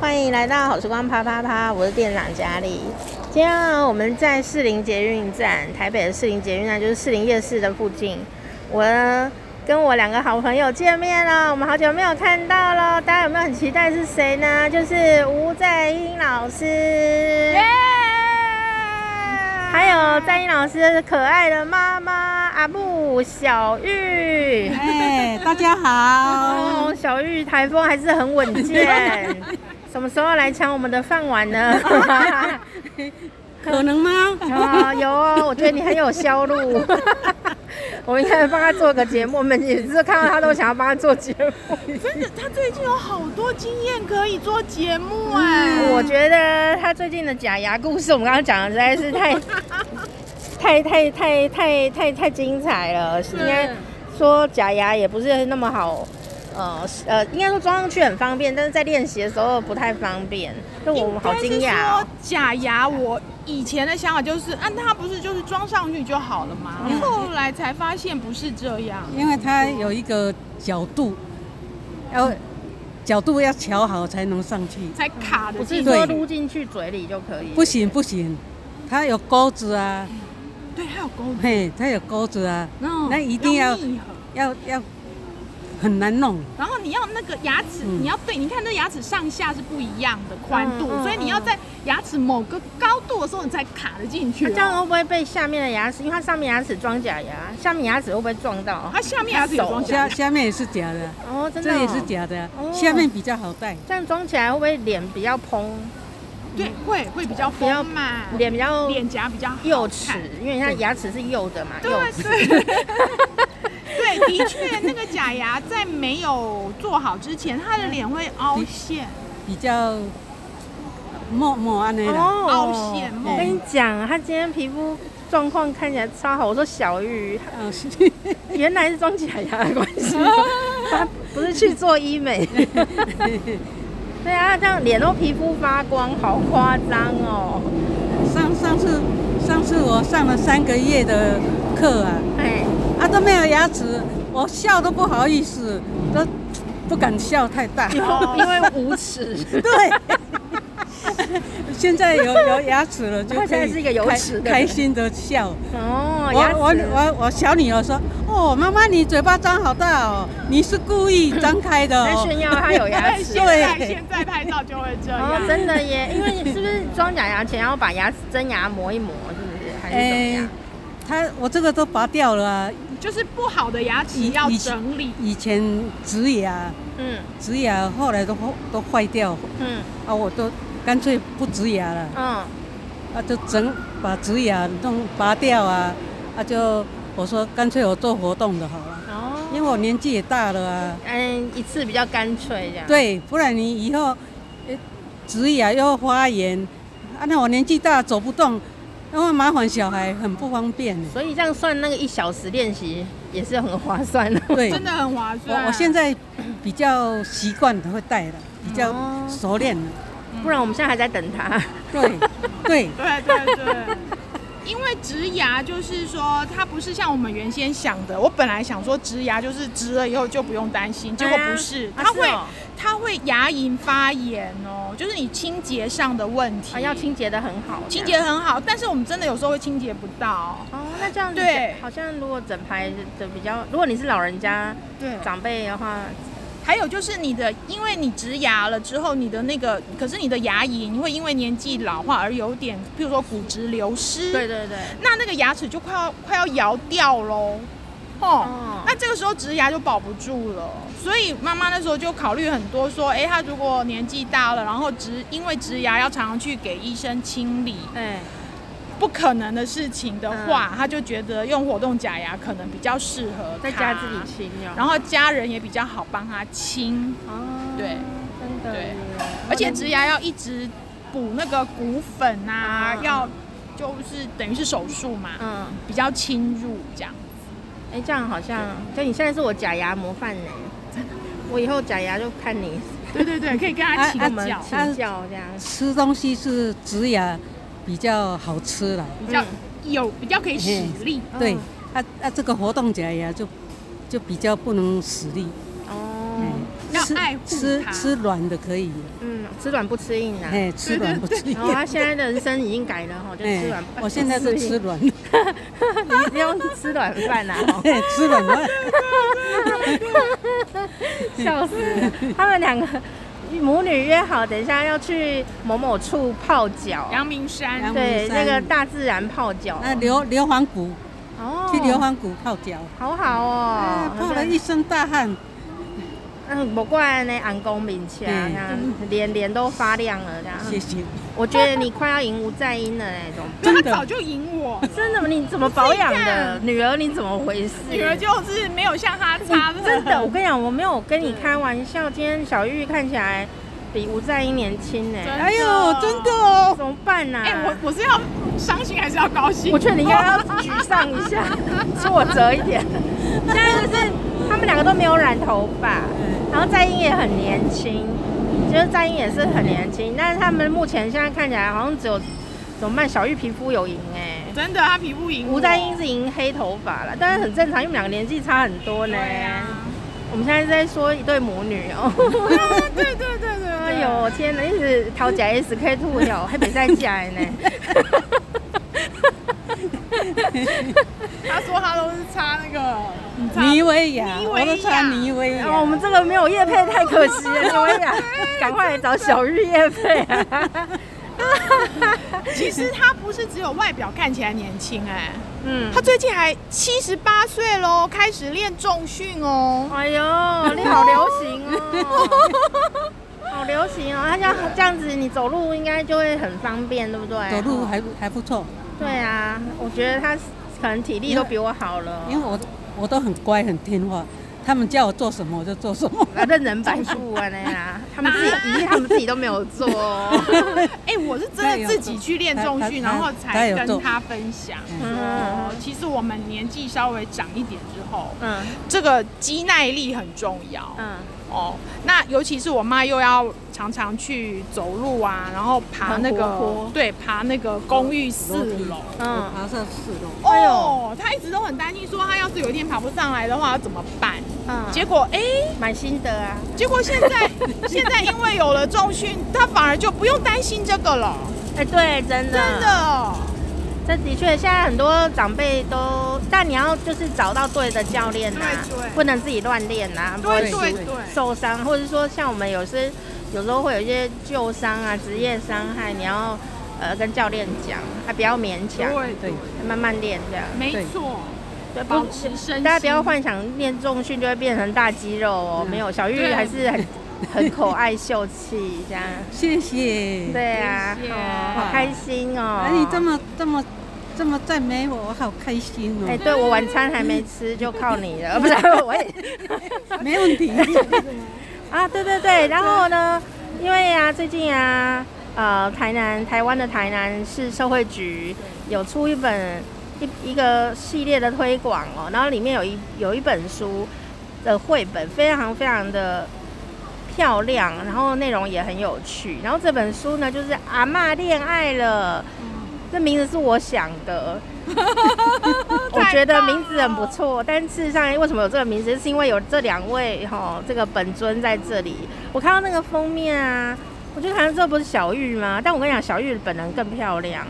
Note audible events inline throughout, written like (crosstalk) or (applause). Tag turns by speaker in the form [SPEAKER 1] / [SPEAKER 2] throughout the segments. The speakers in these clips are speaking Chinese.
[SPEAKER 1] 欢迎来到好时光啪啪啪，我是店长佳丽。今天啊我们在士林捷运站，台北的士林捷运啊站就是士林夜市的附近。我呢跟我两个好朋友见面了，我们好久没有看到了，大家有没有很期待是谁呢？就是吴在英老师，还有在英老师可爱的妈妈阿布小玉。
[SPEAKER 2] 哎，大家好，
[SPEAKER 1] (laughs) 哦，小玉台风还是很稳健。什么时候来抢我们的饭碗呢？
[SPEAKER 2] 可能 (laughs) 吗？
[SPEAKER 1] 啊，有哦，我觉得你很有销 (laughs) 路。我们应该帮他做个节目，我们每次看到他都想要帮他做节目。
[SPEAKER 3] 真的，他最近有好多经验可以做节目哎、
[SPEAKER 1] 啊我觉得他最近的假牙故事，我们刚刚讲的实在是 (laughs) 太太太太太太太精彩了，应该说假牙也不是那么好。呃呃，应该说装上去很方便，但是在练习的时候不太方便，就我们好惊讶、哦。。
[SPEAKER 3] 假牙，我以前的想法就是，啊，它不是就是装上去就好了吗？
[SPEAKER 1] 嗯
[SPEAKER 3] 后来才发现不是这样。
[SPEAKER 2] 因为它有一个角度，
[SPEAKER 1] 嗯
[SPEAKER 2] 要角度要调好才能上去，
[SPEAKER 3] 才卡的
[SPEAKER 1] 不是
[SPEAKER 3] 进，
[SPEAKER 1] 说撸进去嘴里就可以，
[SPEAKER 2] 不行不行，它有钩子啊，
[SPEAKER 3] 对，还有钩
[SPEAKER 1] 嗯
[SPEAKER 3] 子，
[SPEAKER 2] 嘿，它有钩子啊，
[SPEAKER 1] 哦
[SPEAKER 2] 那一定要
[SPEAKER 3] 密合。
[SPEAKER 2] 要要很难弄，
[SPEAKER 3] 然后你要那个牙齿，
[SPEAKER 2] 嗯
[SPEAKER 3] 你要对，你看这牙齿上下是不一样的宽度，
[SPEAKER 1] 嗯嗯
[SPEAKER 3] 所以你要在牙齿某个高度的时候，你才卡得进去、
[SPEAKER 1] 那
[SPEAKER 3] 哦。
[SPEAKER 1] 这样会不会被下面的牙齿？因为它上面牙齿装假牙，下面牙齿会不会撞到？
[SPEAKER 3] 它下面牙齿有装假
[SPEAKER 1] (laughs)
[SPEAKER 2] 下
[SPEAKER 3] 牙，
[SPEAKER 2] 下面也是假的，
[SPEAKER 1] 哦，真的、
[SPEAKER 2] 哎这
[SPEAKER 1] 哦，
[SPEAKER 2] 也是。假的
[SPEAKER 1] 哦，
[SPEAKER 2] 下面比较好戴，
[SPEAKER 1] 这样装起来会不会脸比较蓬，
[SPEAKER 3] 对，会会比较丰满，
[SPEAKER 1] 脸比较
[SPEAKER 3] 脸颊比较好
[SPEAKER 1] 幼齿
[SPEAKER 3] 看？
[SPEAKER 1] 因为它
[SPEAKER 2] 对
[SPEAKER 1] 牙齿是幼的嘛，
[SPEAKER 3] 对
[SPEAKER 1] 幼齿。
[SPEAKER 3] 对
[SPEAKER 1] (laughs)
[SPEAKER 3] 对，的确，那个假牙在没有做好之前，他的脸会凹陷。
[SPEAKER 2] 比较默默安尼啦，
[SPEAKER 1] 哦
[SPEAKER 3] 凹陷
[SPEAKER 1] 我
[SPEAKER 3] 梦
[SPEAKER 1] 跟你讲，他今天皮肤状况看起来超好。我说小玉，
[SPEAKER 2] 哦是
[SPEAKER 1] 原来是装假牙的关系吗，他不是去做医美。 (laughs) 对啊，这样脸都皮肤发光，好夸张哦！
[SPEAKER 2] (laughs) 上上次上次我上了三个月的课啊。
[SPEAKER 1] 哎，
[SPEAKER 2] 啊，都没有牙齿，我笑都不好意思，都不敢笑太大。
[SPEAKER 1] (laughs)
[SPEAKER 3] 哦
[SPEAKER 1] 因为无齿，
[SPEAKER 3] (laughs)
[SPEAKER 2] 对，现在有有牙齿
[SPEAKER 1] (laughs)
[SPEAKER 2] 了，就
[SPEAKER 1] 他现
[SPEAKER 2] 可
[SPEAKER 1] 在
[SPEAKER 2] 以
[SPEAKER 1] 是一个有
[SPEAKER 2] 开
[SPEAKER 1] 齿的人
[SPEAKER 2] 开心的笑。
[SPEAKER 1] 哦，
[SPEAKER 2] 我
[SPEAKER 1] 牙齿
[SPEAKER 2] 我我我小女儿说：“哦，妈妈，你嘴巴张好大哦，你是故意张开
[SPEAKER 1] (laughs)
[SPEAKER 2] 的、
[SPEAKER 1] 在
[SPEAKER 2] 哦。”
[SPEAKER 1] 炫耀他有 (laughs)
[SPEAKER 2] (laughs)
[SPEAKER 1] 牙齿
[SPEAKER 3] 现。在
[SPEAKER 2] 对
[SPEAKER 3] 现在拍照就会这
[SPEAKER 1] 哦
[SPEAKER 3] 样，，
[SPEAKER 1] 真的耶！因为你是不是装假牙前要把牙齿真牙磨一磨，是不是？还是怎
[SPEAKER 3] 哎
[SPEAKER 1] 么样？
[SPEAKER 2] 他哎我这个都拔掉了、啊，
[SPEAKER 3] 就是不好的牙齿
[SPEAKER 2] 以
[SPEAKER 3] 要
[SPEAKER 2] 以
[SPEAKER 3] 整理。
[SPEAKER 2] 以前植牙，
[SPEAKER 1] 嗯
[SPEAKER 2] 植牙后来都都坏掉，
[SPEAKER 1] 嗯
[SPEAKER 2] 啊，我都干脆不植牙了。
[SPEAKER 1] 嗯，
[SPEAKER 2] 啊，就整把植牙弄拔掉啊，啊就我说干脆我做活动的好了，
[SPEAKER 1] 哦，
[SPEAKER 2] 因为我年纪也大了啊，
[SPEAKER 1] 嗯，一次比较干脆这样。
[SPEAKER 2] 对，不然你以后呃植牙又发炎，啊那我年纪大走不动，然后麻烦小孩很不方便呢。
[SPEAKER 1] 所以这样算那个一小时练习也是很划算的。
[SPEAKER 2] 对，
[SPEAKER 3] 哦真的很划算。
[SPEAKER 2] 我我现在比较习惯会戴了，比较
[SPEAKER 1] 哦
[SPEAKER 2] 熟练了。
[SPEAKER 1] 不然我们现在还在等他。
[SPEAKER 2] 对对，
[SPEAKER 3] 对对对，因为植牙就是说，它不是像我们原先想的。我本来想说植牙就是植了以后就不用担心， (laughs) 结果不是，
[SPEAKER 1] 哎呀
[SPEAKER 3] 它
[SPEAKER 1] 啊
[SPEAKER 3] 会、
[SPEAKER 1] 是哦
[SPEAKER 3] 它会牙龈发炎哦，就是你清洁上的问题。
[SPEAKER 1] 啊，要清洁的很好，
[SPEAKER 3] 清洁很好，但是我们真的有时候会清洁不到。
[SPEAKER 1] 哦，那这样子
[SPEAKER 3] 对
[SPEAKER 1] 好像如果整排的比较，如果你是老人家
[SPEAKER 3] 对
[SPEAKER 1] 长辈的话，
[SPEAKER 3] 还有就是你的，因为你植牙了之后，你的那个，可是你的牙龈会因为年纪老化而有点，譬如说骨质流失。
[SPEAKER 1] 对对对，
[SPEAKER 3] 那那个牙齿就快要快要摇掉喽，哦，
[SPEAKER 1] 哦
[SPEAKER 3] 那这个时候植牙就保不住了，所以妈妈那时候就考虑很多，说，哎，她如果年纪大了，然后植因为植牙要常常去给医生清理，
[SPEAKER 1] 哎，
[SPEAKER 3] 不可能的事情的话，她就觉得用活动假牙可能比较适合
[SPEAKER 1] 嗯在
[SPEAKER 3] 她
[SPEAKER 1] 家自己，清哦。
[SPEAKER 3] 然后家人也比较好帮她清，
[SPEAKER 1] 哦，
[SPEAKER 3] 对，
[SPEAKER 1] 真的
[SPEAKER 3] 对
[SPEAKER 1] 耶，哦
[SPEAKER 3] 而且植牙要一直补那个骨粉啊，
[SPEAKER 1] 嗯嗯
[SPEAKER 3] 要就是等于是手术嘛，
[SPEAKER 1] 嗯，
[SPEAKER 3] 比较侵入这样。
[SPEAKER 1] 哎、这样好像，就你现在是我假牙模范呢，我以后假牙就看你
[SPEAKER 3] 对对对，可以跟他
[SPEAKER 2] 啊
[SPEAKER 3] 请
[SPEAKER 2] 啊
[SPEAKER 3] 教，
[SPEAKER 2] 请
[SPEAKER 1] 请教这样，
[SPEAKER 2] 吃东西是植牙比较好吃了。
[SPEAKER 3] 比较有比较可以使力。
[SPEAKER 2] 对
[SPEAKER 1] 嗯，
[SPEAKER 2] 啊啊，这个活动假牙就就比较不能使力，
[SPEAKER 1] 哦，
[SPEAKER 3] 要
[SPEAKER 2] 吃
[SPEAKER 3] 爱护
[SPEAKER 2] 吃
[SPEAKER 3] 它
[SPEAKER 2] 吃软的可以，
[SPEAKER 1] 嗯，吃软不吃硬啊。
[SPEAKER 2] 哎，吃软不
[SPEAKER 1] (laughs)
[SPEAKER 2] 吃硬
[SPEAKER 1] 然。后他现在的人生已经改了哈，就吃软饭。
[SPEAKER 2] 我现在都吃
[SPEAKER 1] 硬，
[SPEAKER 2] 软，
[SPEAKER 1] (laughs)
[SPEAKER 2] (laughs)
[SPEAKER 1] 你不用吃软饭啦、啊，
[SPEAKER 2] 嘿哎吃软饭。
[SPEAKER 1] 笑死！他们两个母女约好，等一下要去某某处泡脚，
[SPEAKER 3] 阳明山
[SPEAKER 2] 阳
[SPEAKER 1] 对，
[SPEAKER 2] 明山
[SPEAKER 1] 那个大自然泡脚。
[SPEAKER 2] 那啊硫硫磺谷
[SPEAKER 1] 哦，
[SPEAKER 2] 去硫磺谷泡脚，
[SPEAKER 1] 好好
[SPEAKER 2] 哎
[SPEAKER 1] 哦，
[SPEAKER 2] 泡了一身大汗。
[SPEAKER 1] 嗯，不怪呢，安公名气啊，
[SPEAKER 2] 嗯
[SPEAKER 1] 这样脸脸都发亮了，这
[SPEAKER 2] 谢
[SPEAKER 1] 样。
[SPEAKER 2] 谢，
[SPEAKER 1] 我觉得你快要赢吴在英了哎，怎么办？
[SPEAKER 2] 真
[SPEAKER 3] 没有他
[SPEAKER 2] 的
[SPEAKER 3] 早就赢我，
[SPEAKER 1] 真的吗？你怎么保养
[SPEAKER 3] 我自己
[SPEAKER 1] 的？
[SPEAKER 3] 看
[SPEAKER 1] 女儿你怎么回事？
[SPEAKER 3] 女儿就是没有像他差的，
[SPEAKER 1] 真的，我跟你讲，我没有跟你开玩笑。今天小玉看起来比吴在英年轻呢、
[SPEAKER 3] 真的
[SPEAKER 2] 哎呦，真的哦，
[SPEAKER 1] 怎么办呢、
[SPEAKER 3] (laughs)
[SPEAKER 1] 啊
[SPEAKER 3] 哎、我我是要伤心还是要高兴？
[SPEAKER 1] 我觉得你应该要沮丧一 (laughs) 下，挫折一点。现在就是他们两个都没有染头发，然后在英也很年轻，就是在英也是很年轻，但是他们目前现在看起来好像只有怎么办？小玉皮肤有赢哎、
[SPEAKER 3] 真的，他皮肤赢我
[SPEAKER 1] 吴在英是赢黑头发了，但是很正常，因为我们两个年纪差很多呢。
[SPEAKER 3] 对啊，
[SPEAKER 1] 我们现在在说一对母女 (laughs) 哦、
[SPEAKER 3] (laughs) 对啊对对对对，
[SPEAKER 1] 哎呦，天哪！一直头假 S K 吐了，还没再假 (laughs) 呢。
[SPEAKER 3] 他说他都是擦那个擦
[SPEAKER 2] 妮维雅，
[SPEAKER 3] 妮
[SPEAKER 2] 我
[SPEAKER 3] 维
[SPEAKER 2] 都穿
[SPEAKER 3] 雅
[SPEAKER 2] 妮维
[SPEAKER 1] 然
[SPEAKER 2] 雅。
[SPEAKER 1] 哎哦后我们这个没有叶配，太可惜了。各位 (laughs) 啊，赶快来找小玉叶配 (laughs) 啊！
[SPEAKER 3] 其实他不是只有外表看起来年轻哎、
[SPEAKER 1] 嗯
[SPEAKER 3] 他，最近还七十八岁喽，开始练重训哦。
[SPEAKER 1] 哎 (laughs) 呦，你好流行哦， (laughs) 好流行哦！他这样这样子，你走路应该就会很方便，对不对？
[SPEAKER 2] 走路还不还不错，
[SPEAKER 1] 对啊，我觉得他可能体力都比我好 (laughs) 了，
[SPEAKER 2] 因为我我都很乖很听话，他们叫我做什么我就做什么。
[SPEAKER 1] 啊任人摆布啊那 (laughs) 样，他们自己他们自己都没有 (laughs) 做哦。
[SPEAKER 3] 哎、我是真的自己去练重训，
[SPEAKER 2] 他有
[SPEAKER 3] 然后
[SPEAKER 2] 他
[SPEAKER 3] 才
[SPEAKER 2] 有
[SPEAKER 3] 跟
[SPEAKER 2] 做
[SPEAKER 3] 他分享
[SPEAKER 2] 嗯
[SPEAKER 3] 说，其实我们年纪稍微长一点之后，
[SPEAKER 1] 嗯
[SPEAKER 3] 这个肌耐力很重要
[SPEAKER 1] 嗯，
[SPEAKER 3] 哦。那尤其是我妈又要常常去走路啊，然后爬那
[SPEAKER 1] 很活
[SPEAKER 3] 个
[SPEAKER 1] 泼
[SPEAKER 3] 对爬那个公寓四楼。
[SPEAKER 1] 嗯
[SPEAKER 2] 我爬上四楼，
[SPEAKER 1] 哎呦
[SPEAKER 3] 哦，她一直都很担心，说她要是有一天爬不上来的话要怎么办？
[SPEAKER 1] 嗯，
[SPEAKER 3] 结果哎、
[SPEAKER 1] 买新的啊。
[SPEAKER 3] 结果现 (laughs) 在现在因为有了重训，他反而就不用担心这个了，
[SPEAKER 1] 哎、对，真的，
[SPEAKER 3] 真，的。
[SPEAKER 1] 这的确，现在很多长辈都，但你要就是找到对的教练呐、
[SPEAKER 3] 对对
[SPEAKER 1] 不能自己乱练呐，不
[SPEAKER 3] 对
[SPEAKER 1] 会
[SPEAKER 3] 对
[SPEAKER 2] 对
[SPEAKER 3] 对，
[SPEAKER 1] 受伤，或者说像我们有时有时候会有一些旧伤啊、职业伤害，你要呃跟教练讲，还不要勉强，
[SPEAKER 2] 哦对，
[SPEAKER 1] 慢慢练这样，
[SPEAKER 3] 没错，
[SPEAKER 1] 对，不
[SPEAKER 3] 保持身心。
[SPEAKER 1] 大家不要幻想练重训就会变成大肌肉哦，
[SPEAKER 2] 嗯
[SPEAKER 1] 没有，小玉
[SPEAKER 3] 对
[SPEAKER 1] 还是
[SPEAKER 3] (laughs)
[SPEAKER 1] 很很可爱秀气这样，
[SPEAKER 2] 谢谢。
[SPEAKER 1] 对啊，
[SPEAKER 3] 谢谢
[SPEAKER 1] 哦，好开心哦，
[SPEAKER 2] 哎，你这么这么这么赞美我，我好开心
[SPEAKER 1] 哎、
[SPEAKER 2] 哦。
[SPEAKER 1] 对我晚餐还没吃，就靠你
[SPEAKER 2] (laughs)
[SPEAKER 1] 了，不是我也
[SPEAKER 2] 没问题。
[SPEAKER 1] (laughs) 啊，对对对，然后呢，因为啊，最近啊，呃，台南台湾的台南市社会局有出一本一一个系列的推广哦，然后里面有一有一本书的绘本，非常非常的漂亮，然后内容也很有趣，然后这本书呢就是阿嬷恋爱了。这名字是我想的，我觉得名字很不错，但事实上为什么有这个名字，是因为有这两位哈、吼这个本尊在这里。我看到那个封面啊，我就看这不是小玉吗？但我跟你讲，小玉本人更漂亮，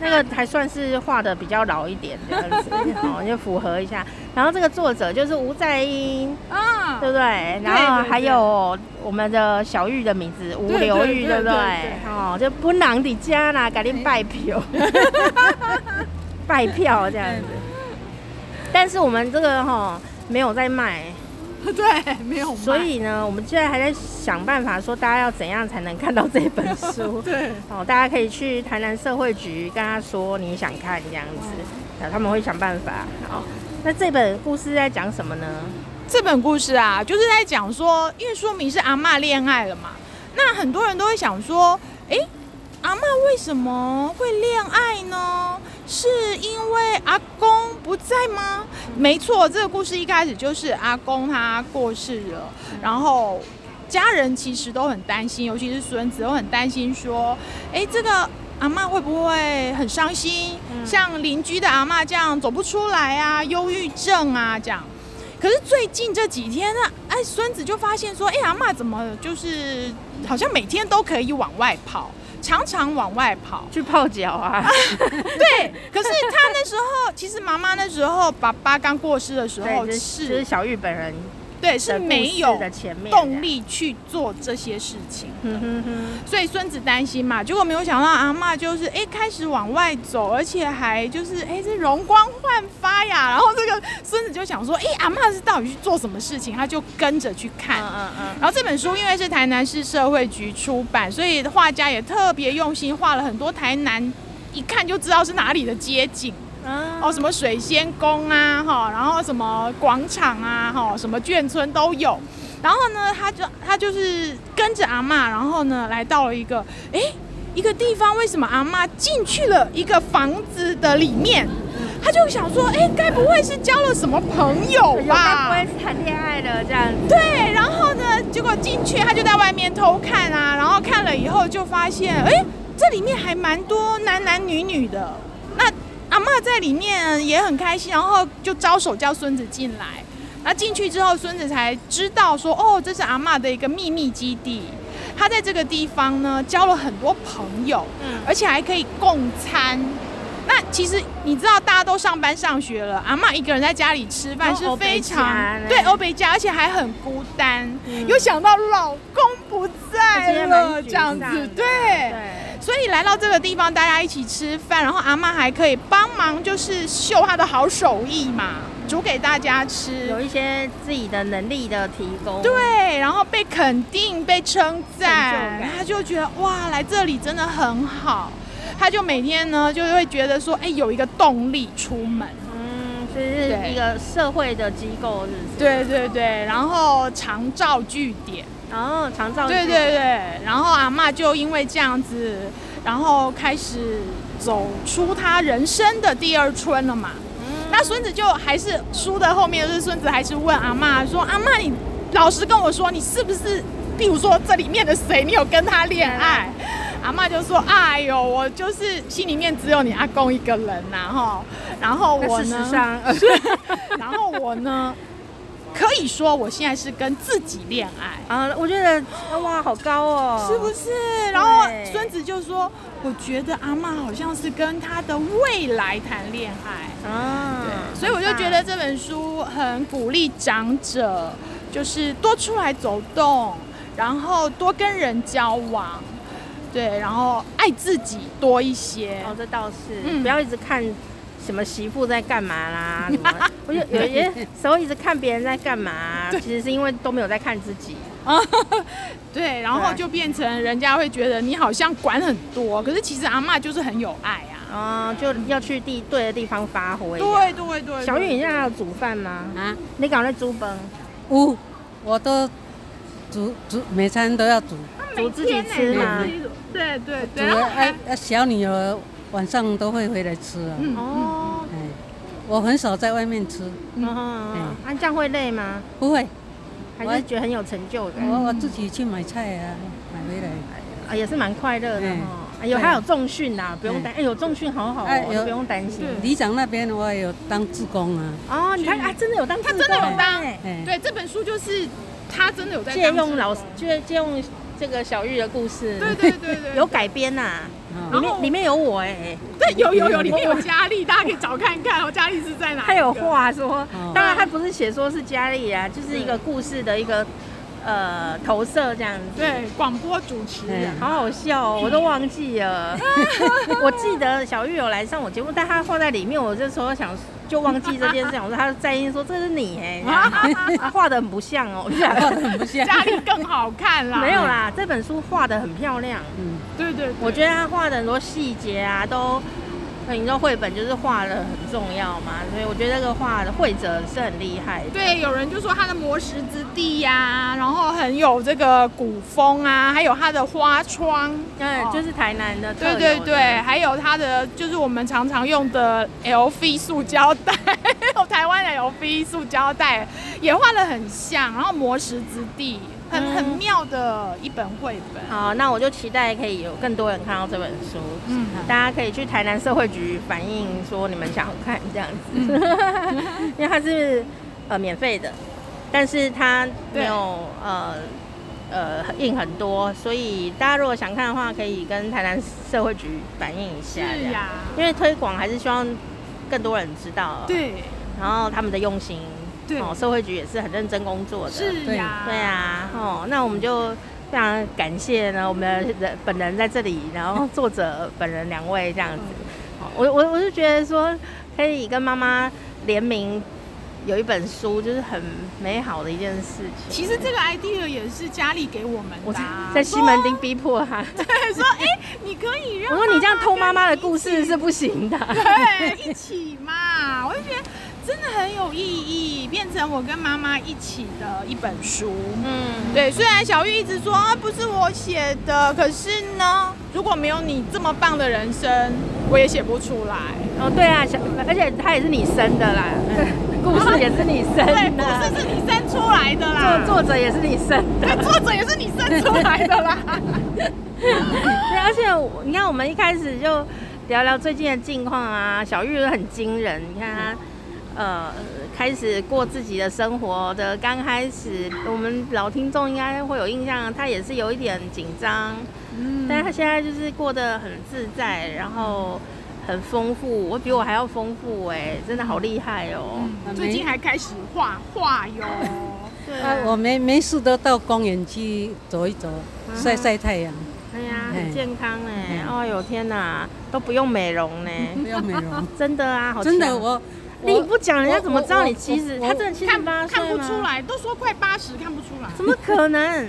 [SPEAKER 1] 那个还算是画的比较老一点这样子，好、就符合一下。然后这个作者就是吴在英，
[SPEAKER 3] 啊
[SPEAKER 1] 对不对？然后还有我们的小玉的名字吴刘玉，对
[SPEAKER 3] 对对
[SPEAKER 1] 不对
[SPEAKER 3] 对对？
[SPEAKER 1] 哦，就本人的家啦，赶紧拜
[SPEAKER 3] (laughs)
[SPEAKER 1] 票，拜票这样子。但是我们这个哈、没有在卖，
[SPEAKER 3] (laughs) 对，没有卖，
[SPEAKER 1] 所以呢，我们现在还在想办法说大家要怎样才能看到这本书。
[SPEAKER 3] (laughs) 对，
[SPEAKER 1] 哦，大家可以去台南社会局跟他说你想看这样子，
[SPEAKER 3] 嗯
[SPEAKER 1] 然后他们会想办法。好，那这本故事在讲什么呢？
[SPEAKER 3] 这本故事啊，就是在讲说，因为说明是阿嬷恋爱了嘛，那很多人都会想说，诶，阿嬷为什么会恋爱呢？是因为阿公不在吗？没错，这个故事一开始就是阿公他过世了，然后家人其实都很担心，尤其是孙子都很担心说，诶，这个。阿嬷会不会很伤心？
[SPEAKER 1] 嗯
[SPEAKER 3] 像邻居的阿嬷这样走不出来啊，忧郁症啊这样。可可是最近这几天呢，哎，孙子就发现说，哎，阿妈怎么就是好像每天都可以往外跑，常常往外跑。
[SPEAKER 1] 去泡脚 (laughs) 啊，
[SPEAKER 3] 对，可是他那时候，其实妈妈那时候，爸爸刚过世的时候
[SPEAKER 1] 对，就是就是
[SPEAKER 3] 是，
[SPEAKER 1] 小玉本人
[SPEAKER 3] 对，
[SPEAKER 1] 的
[SPEAKER 3] 是
[SPEAKER 1] 故
[SPEAKER 3] 没
[SPEAKER 1] 事
[SPEAKER 3] 有
[SPEAKER 1] 的前面
[SPEAKER 3] 动。力去做这些事情。
[SPEAKER 1] 嗯哼哼，
[SPEAKER 3] 所以孙子担心嘛，结果没有想到阿嬷就是哎、开始往外走，而且还就是哎、这容光焕发呀。然后这个孙子就想说，哎、阿嬷是到底去做什么事情？他就跟着去看。
[SPEAKER 1] 嗯嗯
[SPEAKER 3] 然后这本书因为是台南市社会局出版，所以画家也特别用心画了很多台南一看就知道是哪里的街景。
[SPEAKER 1] 嗯，啊
[SPEAKER 3] 哦，什么水仙宫啊，哈，然后什么广场啊，哈，什么眷村都有。然后呢，他就他就是跟着阿嬷，然后呢，来到了一个哎一个地方，为什么阿嬷进去了一个房子的里面？他就想说，哎，该不会是交了什么朋友
[SPEAKER 1] 有哎该
[SPEAKER 3] 吧？
[SPEAKER 1] 不会是谈恋爱了这样子？
[SPEAKER 3] 对，然后呢，结果进去他就在外面偷看啊，然后看了以后就发现，哎，这里面还蛮多男男女女的。那阿嬷在里面也很开心，然后就招手叫孙子进来。那进去之后，孙子才知道说，哦，这是阿嬷的一个秘密基地。他在这个地方呢，交了很多朋友，
[SPEAKER 1] 嗯
[SPEAKER 3] 而且还可以共餐。那其实你知道，大家都上班上学了，阿嬷一个人在家里吃饭
[SPEAKER 1] 哦
[SPEAKER 3] 是
[SPEAKER 1] 欧
[SPEAKER 3] 非
[SPEAKER 1] 北
[SPEAKER 3] 常
[SPEAKER 1] 家呢
[SPEAKER 3] 对欧北家，而且还很孤单。
[SPEAKER 1] 嗯
[SPEAKER 3] 又想到老公不在了，这样
[SPEAKER 1] 我觉得蛮沮丧
[SPEAKER 3] 子
[SPEAKER 1] 的
[SPEAKER 3] 对。
[SPEAKER 1] 对，
[SPEAKER 3] 所以来到这个地方，大家一起吃饭，然后阿妈还可以帮忙，就是秀她的好手艺嘛，煮给大家吃
[SPEAKER 1] 有。一些自己的能力的提供。
[SPEAKER 3] 对，然后被肯定、被称
[SPEAKER 1] 成
[SPEAKER 3] 赞
[SPEAKER 1] 就感，
[SPEAKER 3] 他就觉得哇，来这里真的很好。他就每天呢，就会觉得说，哎，有一个动力出门。
[SPEAKER 1] 嗯，所以是
[SPEAKER 3] 对
[SPEAKER 1] 一个社会的机构，是不是？
[SPEAKER 3] 对对对，然后常照据点。
[SPEAKER 1] 然后哦长照
[SPEAKER 3] 对对对，然后阿嬷就因为这样子，然后开始走出她人生的第二春了嘛。
[SPEAKER 1] 嗯
[SPEAKER 3] 那孙子就还是书的后面，就是孙子还是问阿嬷说：“阿嬷，你老实跟我说，你是不是，譬如说这里面的谁，你有跟他恋爱？”
[SPEAKER 1] 嗯
[SPEAKER 3] 阿嬷就说：“哎呦，我就是心里面只有你阿公一个人呐、哈。然后
[SPEAKER 1] 那
[SPEAKER 3] 我
[SPEAKER 1] 事实
[SPEAKER 3] 呢，
[SPEAKER 1] 上，
[SPEAKER 3] (laughs)
[SPEAKER 1] (laughs)
[SPEAKER 3] 然后我呢，可以说我现在是跟自己恋爱。”
[SPEAKER 1] 啊，我觉得哇，好高哦，
[SPEAKER 3] 是不是？然后
[SPEAKER 1] 对
[SPEAKER 3] 孙子就说：“我觉得阿嬷好像是跟她的未来谈恋爱。
[SPEAKER 1] 啊，
[SPEAKER 3] 所以我就觉得这本书很鼓励长者，就是多出来走动，然后多跟人交往，对，然后爱自己多一些。
[SPEAKER 1] 哦，这倒是，
[SPEAKER 3] 嗯
[SPEAKER 1] 不要一直看什么媳妇在干嘛啦，什么我有有些时候一直看别人在干嘛、其实是因为都没有在看自己。
[SPEAKER 3] (laughs) 对，然后就变成人家会觉得你好像管很多，可是其实阿嬷就是很有爱啊。
[SPEAKER 1] 哦，就要去地对的地方发挥。
[SPEAKER 3] 对对对，
[SPEAKER 1] 小雨，你
[SPEAKER 3] 对
[SPEAKER 1] 现在还有煮饭吗？
[SPEAKER 2] 啊，
[SPEAKER 1] 你搞在煮饭，
[SPEAKER 2] 有，我都煮煮每餐都要煮，
[SPEAKER 1] 煮自己吃吗？
[SPEAKER 3] 对对
[SPEAKER 2] 煮
[SPEAKER 3] 对，然
[SPEAKER 2] 了
[SPEAKER 3] 后还
[SPEAKER 2] 哎、啊，小女儿晚上都会回来吃啊。
[SPEAKER 3] 嗯嗯。
[SPEAKER 1] 哦，
[SPEAKER 2] 哎，我很少在外面吃，
[SPEAKER 1] 嗯，啊，这样会累吗？
[SPEAKER 2] 不会，
[SPEAKER 1] 还是觉得很有成就感？
[SPEAKER 2] 我我自己去买菜啊，买回来。
[SPEAKER 1] 啊，也是蛮快乐的
[SPEAKER 2] 嗯
[SPEAKER 1] 哈。哎呦，还有重训呐，不用担，哎呦，重训好好
[SPEAKER 2] 哎
[SPEAKER 1] 哦，
[SPEAKER 2] 有
[SPEAKER 1] 不用担心。
[SPEAKER 2] 里长那边我也有当志工啊，
[SPEAKER 1] 哦，你看啊，真的有当志
[SPEAKER 3] 他
[SPEAKER 1] 工，
[SPEAKER 3] 真的有当
[SPEAKER 1] 哎
[SPEAKER 2] 哎，
[SPEAKER 3] 对，这本书就是他真的有在
[SPEAKER 1] 借
[SPEAKER 3] 当
[SPEAKER 1] 用
[SPEAKER 3] 志
[SPEAKER 1] 老
[SPEAKER 3] 工
[SPEAKER 1] 借借用这个小玉的故事，
[SPEAKER 3] 对对对对，
[SPEAKER 1] (laughs) 有改编呐，里
[SPEAKER 2] 啊，
[SPEAKER 3] 然后
[SPEAKER 1] 面里面有我哎，
[SPEAKER 3] 对有有有，里面有佳丽，大家可以找看看哦，佳丽是在哪？
[SPEAKER 1] 他有，话说
[SPEAKER 2] 哦，
[SPEAKER 1] 当然他不是写说是家里啊，就是一个故事的一个呃投射这样子。
[SPEAKER 3] 对，广播主持人
[SPEAKER 2] 嗯，
[SPEAKER 1] 好好笑哦，我都忘记
[SPEAKER 3] (laughs)
[SPEAKER 1] 了。我记得小玉有来上我节目，但她画在里面，我这时候想就忘记这件事情。我说她在意说这是你哎、这
[SPEAKER 3] (laughs)
[SPEAKER 1] 样啊画的很不像哦，我就想
[SPEAKER 2] 画的很不像。
[SPEAKER 3] 佳丽更好看
[SPEAKER 1] (laughs)
[SPEAKER 3] 啦，
[SPEAKER 1] 没有啦，这本书画的很漂亮，
[SPEAKER 2] 嗯，
[SPEAKER 3] 对，对对，
[SPEAKER 1] 我觉得她画的很多细节啊都。你知道绘本就是画的很重要嘛，所以我觉得这个画的绘者是很厉害的。
[SPEAKER 3] 对，有人就说他的磨石之地呀、然后很有这个古风啊，还有他的花窗，
[SPEAKER 1] 嗯，就是台南的特有的。
[SPEAKER 3] 对哦对对，还有它的就是我们常常用的 LV 塑胶袋， (laughs) 有台湾的 LV 塑胶袋也画的很像，然后磨石之地，很、
[SPEAKER 1] 嗯
[SPEAKER 3] 很妙的一本绘本。
[SPEAKER 1] 好，那我就期待可以有更多人看到这本书。
[SPEAKER 3] 嗯，
[SPEAKER 1] 大家可以去台 (laughs)
[SPEAKER 3] 嗯
[SPEAKER 1] 南社会局反映说你们想要看这样子，因为它是呃免费的，但是它没
[SPEAKER 3] 对
[SPEAKER 1] 有呃呃印很多，所以大家如果想看的话，可以跟台南社会局反映一下。这
[SPEAKER 3] 是
[SPEAKER 1] 样
[SPEAKER 3] 呀，
[SPEAKER 1] 因为推广还是希望更多人知道，，啊
[SPEAKER 3] 对，
[SPEAKER 1] 然后他们的用心，
[SPEAKER 3] 对
[SPEAKER 1] 哦，社会局也是很认真工作的，
[SPEAKER 3] 是
[SPEAKER 2] 对
[SPEAKER 3] 呀，
[SPEAKER 1] 对啊，哦，那我们就非常感谢呢，我们的人本人在这里，然后作者本人两位这样子，
[SPEAKER 3] 嗯
[SPEAKER 1] 哦我我我是觉得说可以跟妈妈联名有一本书，就是很美好的一件事情。
[SPEAKER 3] 其实这个 idea 也是佳丽给我们
[SPEAKER 1] 我
[SPEAKER 3] 的
[SPEAKER 1] 在
[SPEAKER 3] 啊、
[SPEAKER 1] 在西门町逼迫他，
[SPEAKER 3] 说，说哎、你可以让
[SPEAKER 1] 我说你这样偷妈妈的
[SPEAKER 3] 跟
[SPEAKER 1] 故事是不行的。
[SPEAKER 3] 对，一起嘛，我就觉得真的很有意义，变成我跟妈妈一起的一本书。
[SPEAKER 1] 嗯，
[SPEAKER 3] 对，虽然小玉一直说啊不是我写的，可是呢，如果没有你这么棒的人生，我也写不出来。
[SPEAKER 1] 哦，对啊，小，而且他也是你生的啦，故事也是你生
[SPEAKER 3] 对，
[SPEAKER 1] 的
[SPEAKER 3] 故，事是你生出来的啦，
[SPEAKER 1] 作作者也是你生的。
[SPEAKER 3] 对作者也是你生出来的啦。
[SPEAKER 1] (laughs)
[SPEAKER 3] (laughs)
[SPEAKER 1] 对，而且我你看，我们一开始就聊聊最近的近况啊，小玉很惊人，你看她。呃，开始过自己的生活的刚开始，我们老听众应该会有印象，她也是有一点紧张，
[SPEAKER 3] 嗯
[SPEAKER 1] 但是她现在就是过得很自在，然后很丰富，我比我还要丰富哎、真的好厉害哦、
[SPEAKER 3] 最近还开始画画哟。
[SPEAKER 1] 对
[SPEAKER 2] 啊，我没没事都到公园去走一走，晒晒太阳，
[SPEAKER 1] 哎呀，
[SPEAKER 2] 哎
[SPEAKER 1] 很健康哎、
[SPEAKER 2] 哎
[SPEAKER 1] 哦哟天哪，都不用美
[SPEAKER 2] (laughs)
[SPEAKER 1] 容呢、
[SPEAKER 2] 不要美容。
[SPEAKER 1] 真的啊，好
[SPEAKER 2] 真的，
[SPEAKER 1] 强
[SPEAKER 2] 我
[SPEAKER 1] 你
[SPEAKER 2] 我
[SPEAKER 1] 不讲人家怎么知道
[SPEAKER 2] 我
[SPEAKER 1] 你七十？
[SPEAKER 2] 我我
[SPEAKER 1] 他真的七十
[SPEAKER 3] 看
[SPEAKER 1] 八岁
[SPEAKER 3] 看不
[SPEAKER 1] 吗
[SPEAKER 3] 出，来，都说快八十，看不出来。
[SPEAKER 1] 怎么可能？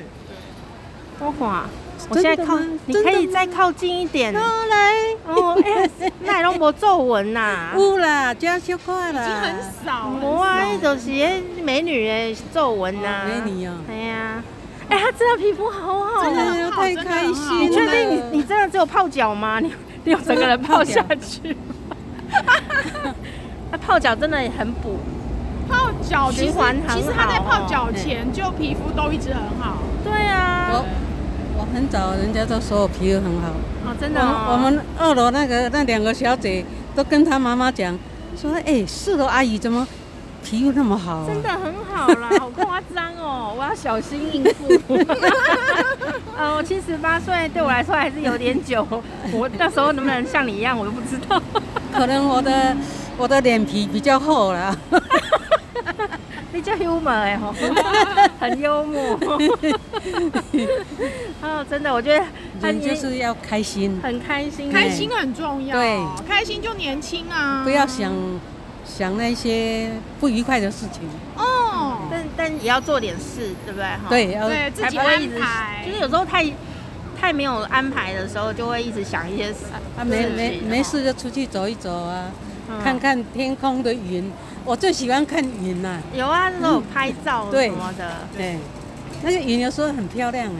[SPEAKER 1] 多华，我现在靠
[SPEAKER 2] (laughs) 真的吗，
[SPEAKER 1] 你
[SPEAKER 2] 真
[SPEAKER 1] 可
[SPEAKER 2] 的
[SPEAKER 1] 以
[SPEAKER 2] 吗
[SPEAKER 1] 再靠近一
[SPEAKER 2] (laughs)
[SPEAKER 1] 点。
[SPEAKER 2] 哪来？
[SPEAKER 1] (laughs) 哦，哎，那拢无皱纹呐。
[SPEAKER 2] (laughs) 有啦，加小块
[SPEAKER 3] 已
[SPEAKER 2] 啦，
[SPEAKER 3] 经很少
[SPEAKER 1] 无
[SPEAKER 3] 了。
[SPEAKER 1] 啊，伊就是那美女的皱纹呐。
[SPEAKER 2] 美女啊
[SPEAKER 1] 哎呀，哎，她真的皮肤好好
[SPEAKER 2] 真
[SPEAKER 1] 哦。
[SPEAKER 2] 的太开心了。
[SPEAKER 1] 你确定你你真的只有泡脚吗？你你有
[SPEAKER 2] (laughs)
[SPEAKER 1] 整个人 (laughs) 泡下去吗？那泡脚真的很补，
[SPEAKER 3] 泡脚其
[SPEAKER 1] 循
[SPEAKER 3] 实
[SPEAKER 1] 环很好
[SPEAKER 3] 其实他在泡脚前就皮肤都一直很好。
[SPEAKER 1] 对啊，
[SPEAKER 2] 我我很早人家都说我皮肤很好，
[SPEAKER 1] 哦，真
[SPEAKER 2] 我
[SPEAKER 1] 的
[SPEAKER 2] 们
[SPEAKER 1] 哦，
[SPEAKER 2] 我们二楼那个那两个小姐都跟她妈妈讲，说哎、四楼阿姨怎么皮肤那么好、啊？
[SPEAKER 1] 真的很好
[SPEAKER 2] (laughs)
[SPEAKER 1] 啦，好夸张哦！我要小心应付。呃，我七十八岁，对我来说还是有点
[SPEAKER 2] (laughs)
[SPEAKER 1] 久。我到时候能不能像你一样，我都不知道。
[SPEAKER 2] 可能我的我的脸皮比较厚啦。
[SPEAKER 1] 你叫 humor 哎、
[SPEAKER 2] (laughs)
[SPEAKER 1] 吼，很幽默。哦，真的，我觉得很
[SPEAKER 2] 人就是要开心，
[SPEAKER 1] 很开心，欸
[SPEAKER 3] 开心很重要，
[SPEAKER 2] 对，
[SPEAKER 3] 开心就年轻啊！
[SPEAKER 2] 不要想想那些不愉快的事情。
[SPEAKER 3] 哦，
[SPEAKER 1] 但但也要做点事，对不对？哈，
[SPEAKER 2] 对，要
[SPEAKER 3] 对自
[SPEAKER 1] 才
[SPEAKER 3] 己
[SPEAKER 1] 不会一
[SPEAKER 3] 安
[SPEAKER 1] 直
[SPEAKER 3] 排，
[SPEAKER 1] 就是有时候太太没有安排的时候，就会一直想一些事。
[SPEAKER 2] 啊，没
[SPEAKER 1] 自己
[SPEAKER 2] 没
[SPEAKER 1] 的
[SPEAKER 2] 没
[SPEAKER 1] 哈
[SPEAKER 2] 事就出去走一走啊，
[SPEAKER 1] 嗯
[SPEAKER 2] 看看天空的云。我最喜欢看云呐、
[SPEAKER 1] 有啊，那种拍照
[SPEAKER 2] 嗯对
[SPEAKER 1] 什么的。
[SPEAKER 2] 对，那个云有时候很漂亮哎、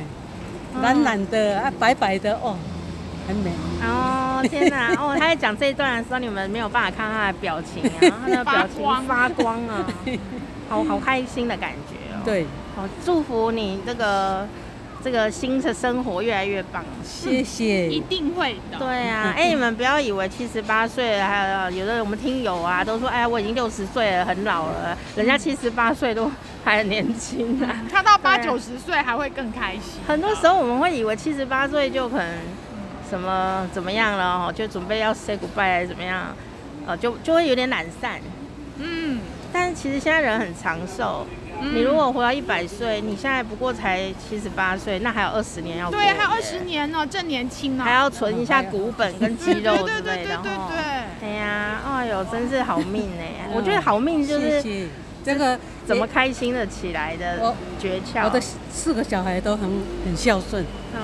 [SPEAKER 1] 嗯
[SPEAKER 2] 蓝蓝的啊，白白的哦，很
[SPEAKER 1] (laughs)
[SPEAKER 2] 美。
[SPEAKER 1] 哦，天哪！哦，他在讲这一段的时候，你们没有办法看他的表情啊，他的表情发光啊，好好开心的感觉哦。，
[SPEAKER 2] 对，
[SPEAKER 1] 好祝福你这个这个新的生活越来越棒。
[SPEAKER 2] 谢
[SPEAKER 3] 一
[SPEAKER 2] 谢。
[SPEAKER 3] 定会的。
[SPEAKER 1] 对啊，哎、你们不要以为七十八岁了，还有有的我们听友啊，都说哎，我已经六十岁了，很老了，人家七十八岁都还很年轻啊。
[SPEAKER 3] 他到八
[SPEAKER 1] 对
[SPEAKER 3] 九十岁还会更开心。
[SPEAKER 1] 很多时候我们会以为七十八岁就可能什么怎么样了哦，就准备要 say goodbye 还是怎么样，呃，就就会有点懒散。
[SPEAKER 3] 嗯，
[SPEAKER 1] 但是其实现在人很长寿，
[SPEAKER 3] 嗯
[SPEAKER 1] 你如果活到一百岁，你现在不过才七十八岁，那还有二十年要过
[SPEAKER 3] 对，还有二十，年呢，正年轻呢。
[SPEAKER 1] 还要存一下股本跟肌
[SPEAKER 3] 对对
[SPEAKER 1] 肉之
[SPEAKER 3] 对对
[SPEAKER 1] 类
[SPEAKER 3] 对
[SPEAKER 1] 的
[SPEAKER 3] 对
[SPEAKER 1] 哈。
[SPEAKER 3] 对。
[SPEAKER 1] 哎呀，哎呦，真是好命哎！我觉得好命就是
[SPEAKER 2] 谢谢这个
[SPEAKER 1] 怎么开心的起来的
[SPEAKER 2] 我
[SPEAKER 1] 诀窍。
[SPEAKER 2] 我的四个小孩都很很孝顺，
[SPEAKER 1] 嗯，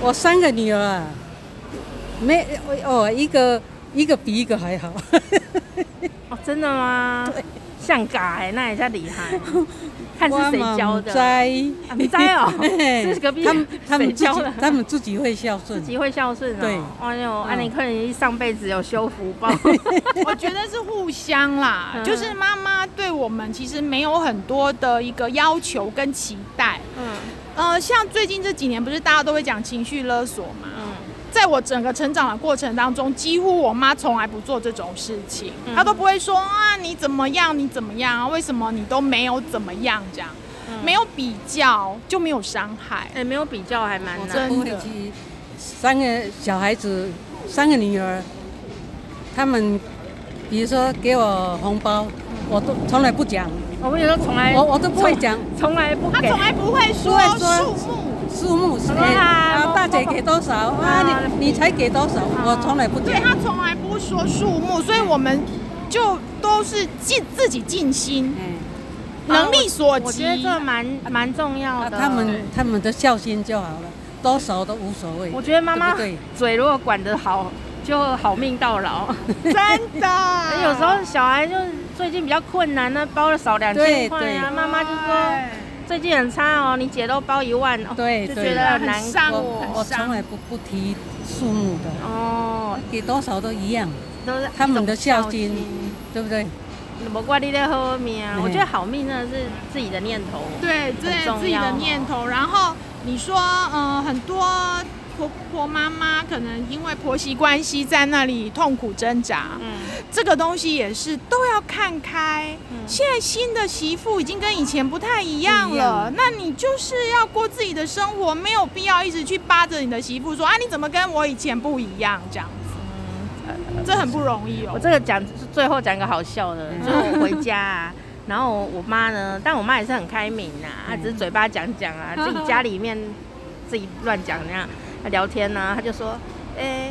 [SPEAKER 2] 我三个女儿啊，没哦一个一个比一个还好，
[SPEAKER 1] 哦，真的吗？像嘎哎，那也叫厉
[SPEAKER 2] (laughs)
[SPEAKER 1] 害， (laughs) 看是谁教的。
[SPEAKER 2] 在
[SPEAKER 1] 啊不知道哦
[SPEAKER 2] (laughs) 嘿
[SPEAKER 1] 是隔壁
[SPEAKER 2] 他们他们
[SPEAKER 1] 谁
[SPEAKER 2] 自己
[SPEAKER 1] 教的
[SPEAKER 2] 他们自己会孝顺
[SPEAKER 1] 自，己会孝顺哦。
[SPEAKER 2] 对嗯
[SPEAKER 1] 哎呦，安妮可能一上辈子有修福
[SPEAKER 2] (laughs)
[SPEAKER 1] 报。
[SPEAKER 3] 我觉得是互相啦
[SPEAKER 1] 嗯，
[SPEAKER 3] 就是妈妈对我们其实没有很多的一个要求跟期待。
[SPEAKER 1] 嗯
[SPEAKER 3] 呃，像最近这几年不是大家都会讲情绪勒索嘛，
[SPEAKER 1] 嗯，
[SPEAKER 3] 在我整个成长的过程当中，几乎我妈从来不做这种事情，
[SPEAKER 1] 嗯
[SPEAKER 3] 她都不会说啊你怎么样，你怎么样啊，为什么你都没有怎么样这样，
[SPEAKER 1] 嗯
[SPEAKER 3] 没有比较就没有伤害。
[SPEAKER 1] 哎、没有比较还蛮
[SPEAKER 2] 我
[SPEAKER 1] 难。
[SPEAKER 2] 丈夫以及三个小孩子，三个女儿，他们比如说给我红包，我都从来不讲，
[SPEAKER 1] 我跟你说，从来
[SPEAKER 2] 我我都不会讲
[SPEAKER 1] 从来不
[SPEAKER 3] 她
[SPEAKER 1] 给
[SPEAKER 3] 从。来不会说
[SPEAKER 2] 不会说
[SPEAKER 3] 数目，
[SPEAKER 2] 数目，
[SPEAKER 1] 说
[SPEAKER 2] 哎
[SPEAKER 1] 啊
[SPEAKER 2] 啊，大姐给多少啊？你你才给多少？我从来不
[SPEAKER 3] 对
[SPEAKER 2] 讲。
[SPEAKER 3] 她从来不说数目，所以我们就都是尽自己尽心，
[SPEAKER 2] 嗯，
[SPEAKER 3] 能力所
[SPEAKER 1] 我
[SPEAKER 3] 及。
[SPEAKER 1] 觉得这蛮蛮重要
[SPEAKER 2] 啊，
[SPEAKER 1] 的。
[SPEAKER 2] 他们他们的孝心就好了，多少都无所谓
[SPEAKER 1] 我。觉得妈妈
[SPEAKER 2] 对不
[SPEAKER 1] 嘴如果管得好，就好命到
[SPEAKER 2] (laughs)
[SPEAKER 1] 老。，
[SPEAKER 3] 真的
[SPEAKER 1] (laughs) 有时候小孩就是最近比较困难呢，包了少两千
[SPEAKER 2] 对
[SPEAKER 1] 块啊，
[SPEAKER 2] 对
[SPEAKER 1] 妈妈就说最近很差哦，你姐都包一万哦，
[SPEAKER 2] 对
[SPEAKER 1] 就
[SPEAKER 2] 对
[SPEAKER 1] 觉得
[SPEAKER 3] 很
[SPEAKER 1] 难
[SPEAKER 3] 伤
[SPEAKER 1] 过
[SPEAKER 3] 我
[SPEAKER 2] 我我从来不不提数目的，
[SPEAKER 1] 哦，
[SPEAKER 2] 给多少都一样，
[SPEAKER 1] 都是
[SPEAKER 2] 他们的
[SPEAKER 1] 一种
[SPEAKER 2] 孝心对不对？
[SPEAKER 1] 我怪你在后面啊，
[SPEAKER 2] 嗯
[SPEAKER 1] 我觉得好命真的是自己的念头。
[SPEAKER 3] 对，这
[SPEAKER 1] 很重
[SPEAKER 3] 是自己
[SPEAKER 1] 要
[SPEAKER 3] 的
[SPEAKER 1] 哦
[SPEAKER 3] 念头。然后你说，呃，很多婆婆妈妈可能因为婆媳关系在那里痛苦挣扎，
[SPEAKER 1] 嗯，
[SPEAKER 3] 这个东西也是都要看开。
[SPEAKER 1] 嗯
[SPEAKER 3] 现在新的媳妇已经跟以前不太一样
[SPEAKER 2] 不一样
[SPEAKER 3] 了，那你就是要过自己的生活，没有必要一直去扒着你的媳妇说啊，你怎么跟我以前不一样这样子。这很不容易
[SPEAKER 1] 我
[SPEAKER 3] 哦，
[SPEAKER 1] 这个讲最后讲个好笑的，
[SPEAKER 2] 嗯
[SPEAKER 1] 就是我回家啊，然后我妈呢，但我妈也是很开明呐、啊，她
[SPEAKER 2] 嗯
[SPEAKER 1] 只是嘴巴讲讲啊，自己家里面自己乱讲那样，她聊天呢、她就说，哎、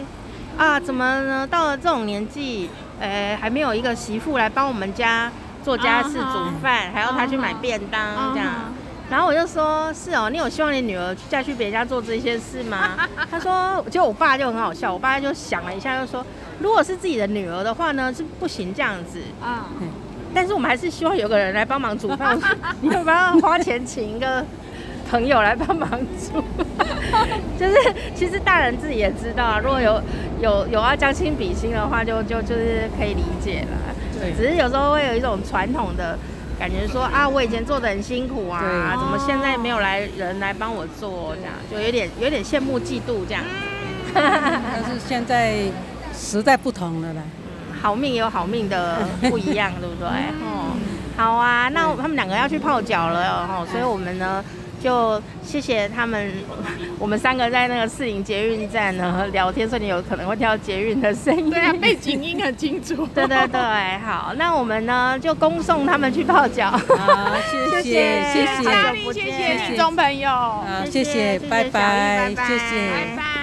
[SPEAKER 1] 啊，怎么呢？到了这种年纪，哎、还没有一个媳妇来帮我们家做家事、
[SPEAKER 3] 啊哈
[SPEAKER 1] 煮饭，还要她去买便当这样。
[SPEAKER 3] 啊哈
[SPEAKER 1] 然后我就说：“是哦，你有希望你女儿嫁去别人家做这些事吗？”
[SPEAKER 3] (laughs)
[SPEAKER 1] 他说：“就我爸就很好笑，我爸就想了一下，就说，如果是自己的女儿的话呢，是不行这样子。
[SPEAKER 3] (laughs) 啊，
[SPEAKER 1] 但是我们还是希望有个人来帮忙煮饭，
[SPEAKER 2] (laughs)
[SPEAKER 1] 我说你要不要花钱请一个朋友来帮忙煮？ (laughs) 就是其实大人自己也知道啊，如果有有有要将心比心的话，就就就是可以理解了。
[SPEAKER 2] 对
[SPEAKER 1] 只是有时候会有一种传统的感觉说，啊，我以前做的很辛苦啊，
[SPEAKER 2] 对
[SPEAKER 1] 怎么现在没有来人来帮我做这样，就有点有点羡慕嫉妒这样。 (laughs)
[SPEAKER 2] 但是现在时代不同了啦，
[SPEAKER 1] 好命也有好命的不一样，对不对？
[SPEAKER 2] 嗯
[SPEAKER 1] 哦，好啊，那我他们两个要去泡脚了哦，所以我们呢就谢谢他们， (laughs) 我们三个在那个四营捷运站呢聊天，所以你有可能会听到捷运的声音。
[SPEAKER 3] 对啊，背景音很清楚。
[SPEAKER 1] (laughs) 对
[SPEAKER 3] (laughs)
[SPEAKER 1] 对对，好，那我们呢就恭送他们去泡脚。
[SPEAKER 2] 啊，谢谢
[SPEAKER 1] 谢谢
[SPEAKER 2] 谢
[SPEAKER 1] 好
[SPEAKER 2] 谢
[SPEAKER 3] 嘉玲，谢
[SPEAKER 1] 谢
[SPEAKER 3] 谢嗯
[SPEAKER 2] 谢
[SPEAKER 3] 听众朋友，
[SPEAKER 2] 啊，
[SPEAKER 1] 谢
[SPEAKER 2] 谢
[SPEAKER 1] 谢
[SPEAKER 2] 谢，
[SPEAKER 1] 谢谢
[SPEAKER 2] 拜
[SPEAKER 1] 小
[SPEAKER 2] 拜，
[SPEAKER 1] 丽拜拜
[SPEAKER 2] 谢谢
[SPEAKER 3] 拜。拜。